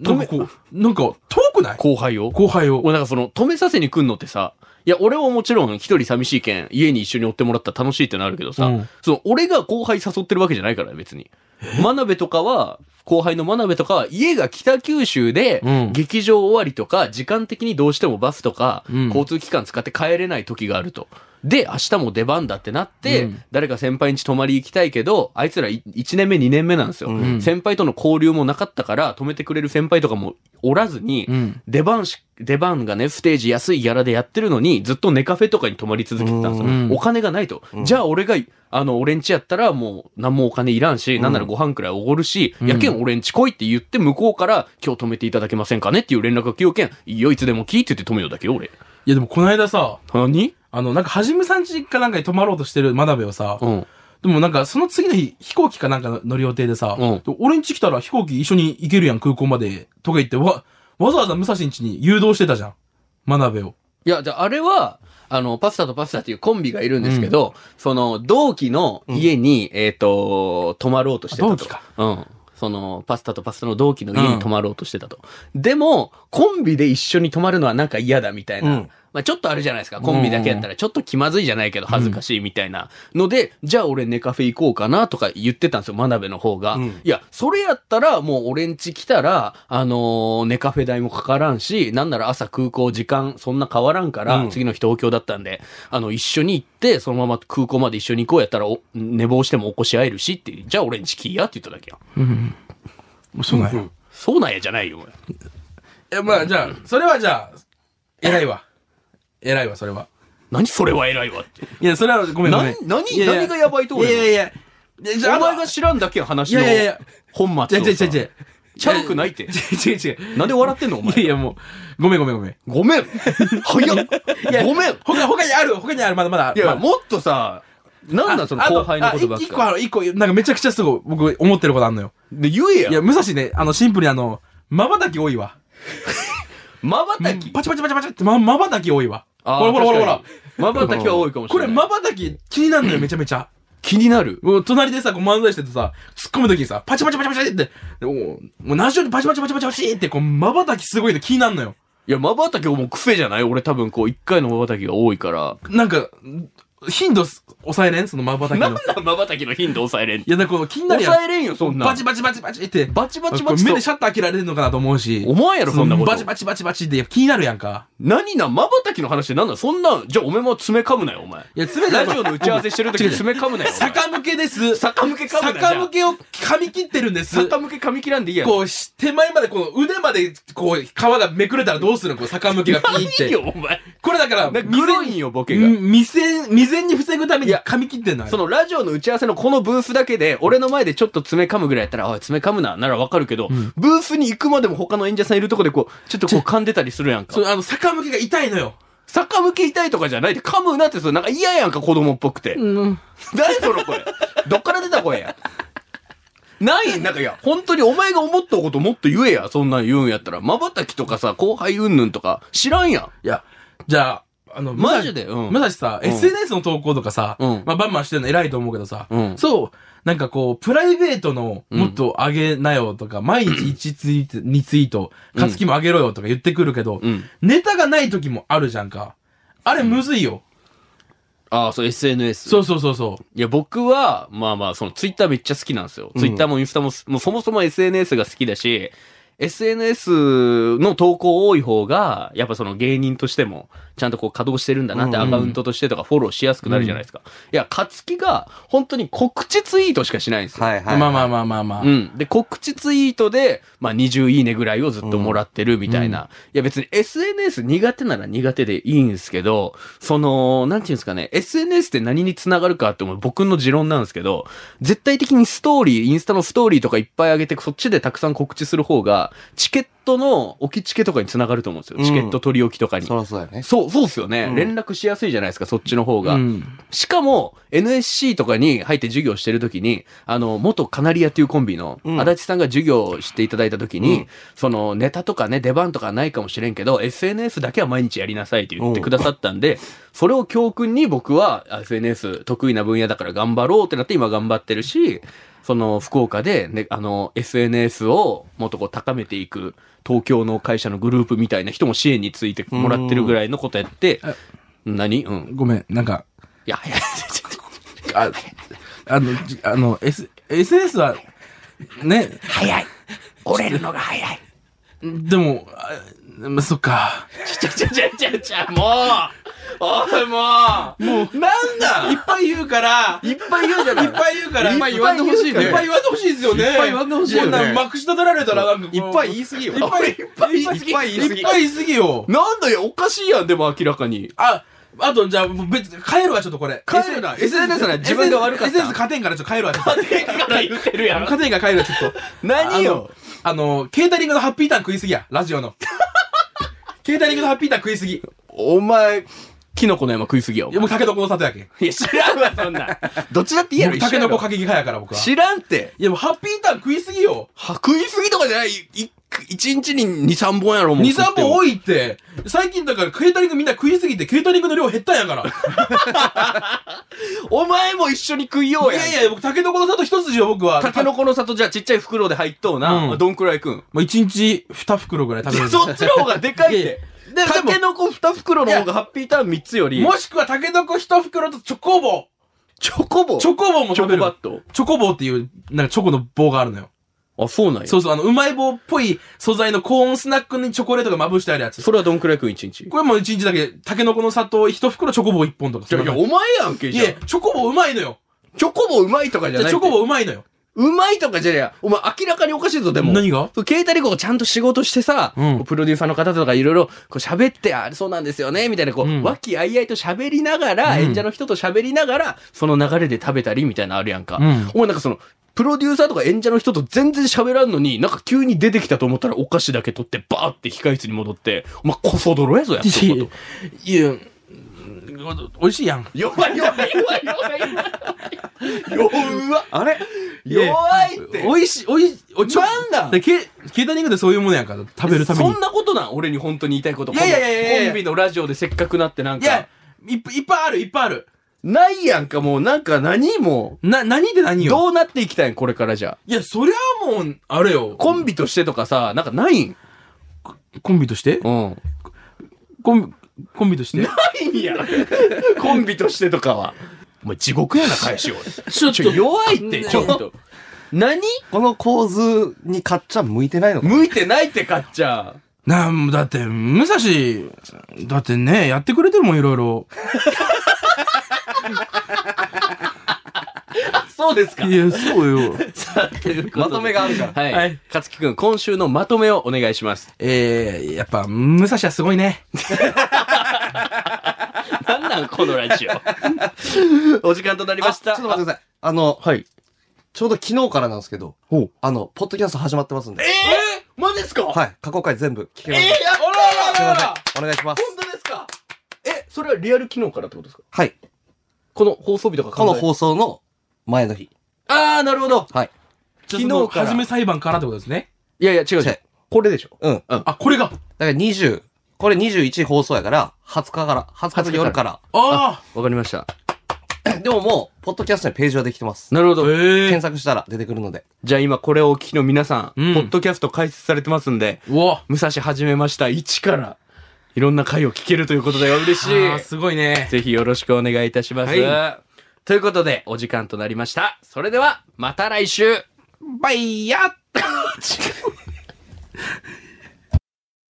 [SPEAKER 2] なんか
[SPEAKER 3] 止め
[SPEAKER 2] こう、なんか遠くない
[SPEAKER 3] 後輩を
[SPEAKER 2] 後輩を。
[SPEAKER 3] 俺なんかその止めさせに来んのってさいや俺はもちろん一人寂しいけん家に一緒に追ってもらったら楽しいってなるけどさ、
[SPEAKER 2] うん
[SPEAKER 3] その俺が後輩誘ってるわけじゃないからね別に真鍋とかは後輩の真鍋とかは家が北九州で
[SPEAKER 2] うん
[SPEAKER 3] 劇場終わりとか時間的にどうしてもバスとか
[SPEAKER 2] うん
[SPEAKER 3] 交通機関使って帰れない時があると。で、明日も出番だってなって、
[SPEAKER 2] うん
[SPEAKER 3] 誰か先輩ん家泊まり行きたいけど、あいつらい1年目2年目なんですよ、
[SPEAKER 1] うん
[SPEAKER 3] 先輩との交流もなかったから、泊めてくれる先輩とかもおらずに、
[SPEAKER 2] うん。
[SPEAKER 3] 出番し、出番がね、ステージ安いギャラでやってるのに、ずっとネカフェとかに泊まり続けてたんですよ。
[SPEAKER 2] うん
[SPEAKER 3] お金がないと。じゃあ俺が、あの、俺んちやったらもう何もお金いらんし、なんならご飯くらいおごるし、やけん俺んち来いって言って向こうから、今日泊めていただけませんかねっていう連絡が来ようけん、いいよ、いつでも聞いてって止めようだけよ、俺。
[SPEAKER 2] いやでもこの間さ、
[SPEAKER 3] 何
[SPEAKER 2] あの、なんかはじめさん家かなんかに泊まろうとしてる真鍋をさ、
[SPEAKER 3] うん。
[SPEAKER 2] でもなんかその次の日飛行機かなんか乗る予定でさ、
[SPEAKER 3] うん
[SPEAKER 2] で俺ん家来たら飛行機一緒に行けるやん空港までとか言ってわ、わざわざ武蔵ん家に誘導してたじゃん。真鍋を。
[SPEAKER 3] いや、じゃああれは、あの、パスタとパスタっていうコンビがいるんですけど、その、同期の家に、えっ、と、泊まろうとしてた
[SPEAKER 2] 同
[SPEAKER 3] と。
[SPEAKER 2] 期か。
[SPEAKER 3] うん。その、パスタとパスタの同期の家に泊まろうとしてたと。でも、コンビで一緒に泊まるのはなんか嫌だみたいな。
[SPEAKER 1] うん
[SPEAKER 3] まあちょっとあるじゃないですか。コンビだけやったら、ちょっと気まずいじゃないけど、恥ずかしいみたいな。ので、じゃあ俺寝カフェ行こうかなとか言ってたんですよ、真鍋の方が。
[SPEAKER 1] うん
[SPEAKER 3] いや、それやったら、もう俺んち来たら、あのー、寝カフェ代もかからんし、なんなら朝空港時間そんな変わらんから、
[SPEAKER 1] うん
[SPEAKER 3] 次の日東京だったんで、あの、一緒に行って、そのまま空港まで一緒に行こうやったら、お寝坊しても起こし合えるしって、じゃあ俺んち来いやって言っただけやん。
[SPEAKER 2] そうなんや。
[SPEAKER 3] そうなんやじゃないよ、お前
[SPEAKER 2] え、まあじゃあ、それはじゃあ、偉いわ。偉いわ、それは。
[SPEAKER 3] 何それは偉いわって。
[SPEAKER 2] いや、それはごめんごめん
[SPEAKER 3] 何。何
[SPEAKER 2] いやいや
[SPEAKER 3] 何がやばいと
[SPEAKER 2] い
[SPEAKER 3] 俺
[SPEAKER 2] や
[SPEAKER 3] の
[SPEAKER 2] いやいや。いやじゃあ、
[SPEAKER 3] お前が知らんだけや話の
[SPEAKER 2] いやいやいや
[SPEAKER 3] 本
[SPEAKER 2] 違
[SPEAKER 3] 末
[SPEAKER 2] う
[SPEAKER 3] を
[SPEAKER 2] 違う違
[SPEAKER 3] さ
[SPEAKER 2] う違う。
[SPEAKER 3] チャラくないって
[SPEAKER 2] *laughs* 違う違う違う。
[SPEAKER 3] *laughs* なんで笑ってんのお
[SPEAKER 2] いや
[SPEAKER 3] 前
[SPEAKER 2] いや、もう、ごめんごめんごめん。
[SPEAKER 3] ごめん早っごめん
[SPEAKER 2] 他、他にある、他にある、まだまだ。
[SPEAKER 3] いや
[SPEAKER 2] ま
[SPEAKER 3] もっとさなんだその
[SPEAKER 2] ああと
[SPEAKER 3] 後輩のことばっ
[SPEAKER 2] あ一個
[SPEAKER 3] か
[SPEAKER 2] ある、一個、なんかめちゃくちゃすごい、僕、思ってることあんのよ。
[SPEAKER 3] で言え
[SPEAKER 2] い
[SPEAKER 3] や
[SPEAKER 2] や、武蔵ね、あの、シンプルにあの、瞬き多いわ。
[SPEAKER 3] まば
[SPEAKER 2] パ
[SPEAKER 3] た
[SPEAKER 2] チ
[SPEAKER 3] き
[SPEAKER 2] パチパチパチって、ま、瞬き多いわ。
[SPEAKER 3] あー
[SPEAKER 2] ほらほらほらほら
[SPEAKER 3] 確。まばたきは多いかもし
[SPEAKER 2] こ
[SPEAKER 3] れな
[SPEAKER 2] れ、瞬
[SPEAKER 3] い
[SPEAKER 2] き気になるのよ、めちゃめちゃ。
[SPEAKER 3] 気になる
[SPEAKER 2] もう隣でさ、こう漫才しててさ、突っ込むときにさ、パチパチパチパチって、おもう何しろにパチパチパチパチパチって、こう、瞬きすごいの気になるのよ。
[SPEAKER 3] いやまばたきはもう癖じゃない俺多分こう一回のまばたきが多いから
[SPEAKER 2] なんか、頻度す抑えれんその瞬き
[SPEAKER 3] なん
[SPEAKER 2] の。い
[SPEAKER 3] だまばたきの頻度抑えれん
[SPEAKER 2] や、だからこう気になるやん。
[SPEAKER 3] 抑えれんよそんな
[SPEAKER 2] バチバチバチバチって。
[SPEAKER 3] バチバチ
[SPEAKER 2] こ
[SPEAKER 3] バ
[SPEAKER 2] れ
[SPEAKER 3] チ
[SPEAKER 2] 目
[SPEAKER 3] と
[SPEAKER 2] でシャッター開けられるのかなと思うし。
[SPEAKER 3] お前やろそんなこと
[SPEAKER 2] バチバチバチバチってやっぱ気になるやんか。
[SPEAKER 3] 何な、まばたきの話で何なのそんなん、じゃあお前も爪噛むなよ、お前。
[SPEAKER 2] いや、爪で
[SPEAKER 3] ラジオの打ち合わせしてる時に爪噛むなよ。お前
[SPEAKER 2] 逆向けです。
[SPEAKER 3] 逆向け噛むなじゃあ
[SPEAKER 2] 逆向けを噛み切ってるんです。
[SPEAKER 3] 逆向け噛み切らんでいいやん。
[SPEAKER 2] こうし、手前まで、こう、腕まで、こう、皮がめくれたらどうするのこう、逆向けがピーっ
[SPEAKER 3] いい
[SPEAKER 2] て。
[SPEAKER 3] よ、お前。
[SPEAKER 2] これだから、
[SPEAKER 3] なんかグロいんよ、ボケが。
[SPEAKER 2] 未然、未然未然に防ぐために噛み切ってんのあれ
[SPEAKER 3] そのラジオの打ち合わせのこのブースだけで、俺の前でちょっと爪噛むぐらいやったら、おい、爪噛むな、ならわかるけど、ブースに行くまでも他の演者さんいるとこでこう、ちょっとこう噛んでたりするやん
[SPEAKER 2] そ
[SPEAKER 3] か。
[SPEAKER 2] の、あの、逆向けが痛いのよ。
[SPEAKER 3] 逆向け痛いとかじゃないで、噛むなってそれなんか嫌やんか、子供っぽくて。何その声どっから出た声やないなんかいや、本当にお前が思ったこともっと言えや、そんなん言うんやったら。瞬きとかさ、後輩うんぬんとか、知らんやん。
[SPEAKER 2] いや、じゃあ、あの、
[SPEAKER 3] マジでうん
[SPEAKER 2] まさしさ、
[SPEAKER 3] うん
[SPEAKER 2] SNS の投稿とかさ、
[SPEAKER 3] うん
[SPEAKER 2] まあ、バンバンしてるの偉いと思うけどさ、
[SPEAKER 3] うん
[SPEAKER 2] そう、なんかこう、プライベートのもっと上げなよとか、毎日1ツイート、2ツイート、勝木も上げろよとか言ってくるけど、
[SPEAKER 3] うん
[SPEAKER 2] ネタがない時もあるじゃんか。あれむずいよ。
[SPEAKER 3] ああ、そう、SNS。
[SPEAKER 2] そうそうそうそう。
[SPEAKER 3] いや、僕は、まあまあ、その、ツイッターめっちゃ好きなんですよ。ツイッターもインスタもす、もうそもそも SNS が好きだし、SNS の投稿多い方が、やっぱその芸人としても、ちゃんとこう稼働してるんだなって、アカウントとしてとかフォローしやすくなるじゃないですか。いや、勝木が、本当に告知ツイートしかしないんですよ。
[SPEAKER 1] はいはい。
[SPEAKER 2] まあまあまあまあまあ。
[SPEAKER 3] うん。で、告知ツイートで、まあ、20いいねぐらいをずっともらってるみたいな。いや、別に SNS 苦手なら苦手でいいんですけど、その、なんていうんですかね、SNS って何につながるかって思う僕の持論なんですけど、絶対的にストーリー、インスタのストーリーとかいっぱい上げて、そっちでたくさん告知する方が、チケットトの置きチケとかにつながると思うんですよ。チケット取り置きとかに。
[SPEAKER 1] そらそうやね。
[SPEAKER 3] そう、そうっすよね。
[SPEAKER 1] うん
[SPEAKER 3] 連絡しやすいじゃないですか、そっちの方が。
[SPEAKER 2] うん
[SPEAKER 3] しかも、NSC とかに入って授業してる時に、あの、元カナリアっていうコンビの、
[SPEAKER 1] うん
[SPEAKER 3] 足立さんが授業をしていただいた時に、
[SPEAKER 1] うん
[SPEAKER 3] その、ネタとかね、出番とかないかもしれんけど、SNS だけは毎日やりなさいって言ってくださったんで、それを教訓に僕は、あ SNS 得意な分野だから頑張ろうってなって今頑張ってるし、その、福岡で、ね、あの、SNS をもっとこう高めていく、東京の会社のグループみたいな人も支援についてもらってるぐらいのことやって、何うん。
[SPEAKER 2] ごめん、なんか、
[SPEAKER 3] いや、いや、ちょ
[SPEAKER 2] あ、あの、じあの、S、SNS は、ね、
[SPEAKER 3] 早い折れるのが早い
[SPEAKER 2] でも、あまあ、そっか。
[SPEAKER 3] ちゃちゃちゃちゃちゃもうおいも
[SPEAKER 2] なんだいっぱい言うから、いっぱい言うじゃないいっぱい言うから、
[SPEAKER 3] いっぱい言わんでほしいね
[SPEAKER 2] いっぱい言わんでほしいですよね。
[SPEAKER 3] いっぱい言わんでほしいよね
[SPEAKER 2] こんなんまくし立てられたら、なんかこう、
[SPEAKER 1] いっぱい言いすぎよ
[SPEAKER 2] い。っぱい、いっぱい
[SPEAKER 1] いっぱい言い過ぎ
[SPEAKER 2] いっぱい言い過ぎよ
[SPEAKER 3] う。なんだよおかしいやんでも明らかに
[SPEAKER 2] あ、あと、じゃあ、もう別、帰るわ、ちょっとこれ。
[SPEAKER 3] 帰るな SNS な自分が悪かった
[SPEAKER 2] SNS 勝てんから、ちょっと帰るわ、ちょっと。
[SPEAKER 3] 天から言ってるや
[SPEAKER 2] 勝てんから帰るわ、ちょっと。
[SPEAKER 3] 何よ
[SPEAKER 2] あの、あのケータリングのハッピーターン食いすぎや、ラジオ
[SPEAKER 3] *laughs*
[SPEAKER 2] の。ケータリングのハッピーターン食いすぎ。
[SPEAKER 3] お前キノコの山食いすぎやお
[SPEAKER 2] いや
[SPEAKER 3] 前
[SPEAKER 2] 僕、タケノコの里やけん。
[SPEAKER 3] いや知らんわそんなどっちだっていいやろ
[SPEAKER 2] 僕、タケノコ
[SPEAKER 3] 一緒や
[SPEAKER 2] 過激派やから、僕
[SPEAKER 3] ろ
[SPEAKER 2] は。
[SPEAKER 3] 知らんって
[SPEAKER 2] いや、もうハッピーターン食いすぎよ。
[SPEAKER 3] は食いすぎとかじゃないい一日に23本やろもう
[SPEAKER 2] 2、3本
[SPEAKER 3] い
[SPEAKER 2] 多いって。最近だから、ケータリングみんな食いすぎて、ケータリングの量減ったんやから。
[SPEAKER 3] お前も一緒に食いよう
[SPEAKER 2] い
[SPEAKER 3] や
[SPEAKER 2] やいや、僕、タケノコの里一筋よ、僕は。
[SPEAKER 3] タケノコの里じゃあちっちゃい袋で入っとうな、
[SPEAKER 2] うん
[SPEAKER 3] どんくらい食うん
[SPEAKER 2] まあ、1日2袋ぐらい食べる。
[SPEAKER 3] そっちの方がでかいって。
[SPEAKER 2] いやいやで
[SPEAKER 3] タ
[SPEAKER 2] でも
[SPEAKER 3] ケノコ2袋の方がハッピーターン3つより、
[SPEAKER 2] もしくは、タケノコ1袋とチョコボ。
[SPEAKER 3] チョコボ
[SPEAKER 2] チョコボも
[SPEAKER 3] チ
[SPEAKER 2] 食
[SPEAKER 3] ョコ
[SPEAKER 2] べる
[SPEAKER 3] バ。ット
[SPEAKER 2] チョコ棒っていう、なんかチョコの棒があるのよ。
[SPEAKER 3] あ、そうなんや。
[SPEAKER 2] そうそう、あの、うまい棒っぽい素材のコーンスナックにチョコレートがまぶしてあるやつ。
[SPEAKER 3] それはどんくらい食う1日
[SPEAKER 2] これもう一日だけ、タケノコの砂糖一袋、チョコ棒一本とか。い
[SPEAKER 3] お前やんけ
[SPEAKER 2] や、チョコ棒うまいのよ。
[SPEAKER 3] チョコボうまいとか
[SPEAKER 2] じゃあチョコ棒うまいのよ。
[SPEAKER 3] うまいとかじゃねえや。お前明らかにおかしいぞ、でも。
[SPEAKER 2] 何が
[SPEAKER 3] そうケータリングをちゃんと仕事してさ、
[SPEAKER 2] うん
[SPEAKER 3] こうプロデューサーの方とかいろいろこう喋って、あそうなんですよね、みたいな、こ
[SPEAKER 2] うん
[SPEAKER 3] う、和気あいあいと喋りながら、
[SPEAKER 2] うん
[SPEAKER 3] 演者の人と喋りながら、その流れで食べたりみたいなのあるやんか。
[SPEAKER 2] うん
[SPEAKER 3] お前なんかその、プロデューサーとか演者の人と全然喋らんのに、なんか急に出てきたと思ったらお菓子だけ取って、バーって控室に戻って、お前、こそ泥やぞ、やっとること。
[SPEAKER 2] いや、美味しいやん。
[SPEAKER 3] 弱い弱い弱い弱い弱い。弱
[SPEAKER 1] あれ
[SPEAKER 3] い弱いって。
[SPEAKER 2] 美味しい、美味しい、おちょ
[SPEAKER 3] なんだ
[SPEAKER 2] でケケータリングでそういうものやんか、食べるために。
[SPEAKER 3] そんなことなん俺に本当に言いたいこと。
[SPEAKER 2] いやいやいやいやいや
[SPEAKER 3] コンビのラジオでせっかくなってなん
[SPEAKER 2] いや
[SPEAKER 3] か。、
[SPEAKER 2] いっぱいいっぱいある、いっぱいある。
[SPEAKER 3] ないやんかもう、なんか何も
[SPEAKER 2] な、何で何
[SPEAKER 3] う。
[SPEAKER 2] よ。
[SPEAKER 3] どうなっていきたいんこれからじゃ。
[SPEAKER 2] いや、そりゃもう、あれよ。
[SPEAKER 3] コンビとしてとかさ、なんかないん
[SPEAKER 2] コンビとして
[SPEAKER 3] うん。
[SPEAKER 2] コンビ、コンビとして
[SPEAKER 3] ないんや。 *laughs* コンビとしてとかは。お前地獄やな、返しを。ちょっと弱いって、ちょっと。何
[SPEAKER 1] この構図にかっちゃん向いてないのか
[SPEAKER 3] 向いてないってかっちゃん。
[SPEAKER 2] *laughs* なん、だって、武蔵、だってね、やってくれてるもん、いろいろ。
[SPEAKER 3] そうですか
[SPEAKER 2] い。や、そうよ。
[SPEAKER 3] さあ、ということで。
[SPEAKER 1] まとめがあるから
[SPEAKER 3] はい。
[SPEAKER 2] は
[SPEAKER 3] はい
[SPEAKER 2] い、
[SPEAKER 3] 勝木くん、今週のまとめをお願いします。
[SPEAKER 2] *laughs* えー、やっぱ、武蔵はすごいね。
[SPEAKER 3] なんなん、このラジオ。 *laughs* お時間となりまし
[SPEAKER 1] ちょ
[SPEAKER 3] た。
[SPEAKER 1] っと待ってください。あの、
[SPEAKER 3] はい。
[SPEAKER 1] ちょうど昨日からなんですけど
[SPEAKER 3] ほう、
[SPEAKER 1] あの、ポッドキャスト始まってますんで。
[SPEAKER 3] えー、マジですか
[SPEAKER 1] はい。過去回全部聞け
[SPEAKER 3] え
[SPEAKER 1] ます。
[SPEAKER 3] ー、や
[SPEAKER 1] す
[SPEAKER 3] っ
[SPEAKER 1] い
[SPEAKER 3] た
[SPEAKER 2] あららら
[SPEAKER 1] ま
[SPEAKER 2] ら
[SPEAKER 1] せん。お願いします。
[SPEAKER 3] 本当ですかえ、それはリアル機能からってことですか
[SPEAKER 1] はい。
[SPEAKER 3] この放送日とか
[SPEAKER 1] この放送の前の日。
[SPEAKER 3] ああ、なるほど。
[SPEAKER 1] はい。
[SPEAKER 2] 昨
[SPEAKER 3] 昨日から
[SPEAKER 2] はじめ裁判からってことですね。
[SPEAKER 3] いやいや、違う違
[SPEAKER 1] 違
[SPEAKER 3] う
[SPEAKER 1] う。
[SPEAKER 3] これでしょ。
[SPEAKER 1] うん。
[SPEAKER 2] あ、これが。
[SPEAKER 1] だから20、これ21放送やから、20日から、20日の夜から。
[SPEAKER 2] あ
[SPEAKER 3] わかりました。
[SPEAKER 1] でももう、ポッドキャストにページはできてます。
[SPEAKER 3] なるほ
[SPEAKER 2] あ。
[SPEAKER 3] ど。
[SPEAKER 2] ええ
[SPEAKER 1] 検索したら出てくるので。
[SPEAKER 3] じゃあ今これをお聞きの皆さん、
[SPEAKER 2] うん
[SPEAKER 3] ポッドキャスト開設されてますんで、
[SPEAKER 2] うわ。
[SPEAKER 3] 武蔵始めました1から、いろんな回を聞けるということで嬉し
[SPEAKER 2] あー
[SPEAKER 3] い。
[SPEAKER 2] すごいね。
[SPEAKER 3] ぜひよろしくお願いいたします。
[SPEAKER 2] は
[SPEAKER 3] ということで、お時間となりました。それでは、また来週
[SPEAKER 2] バイや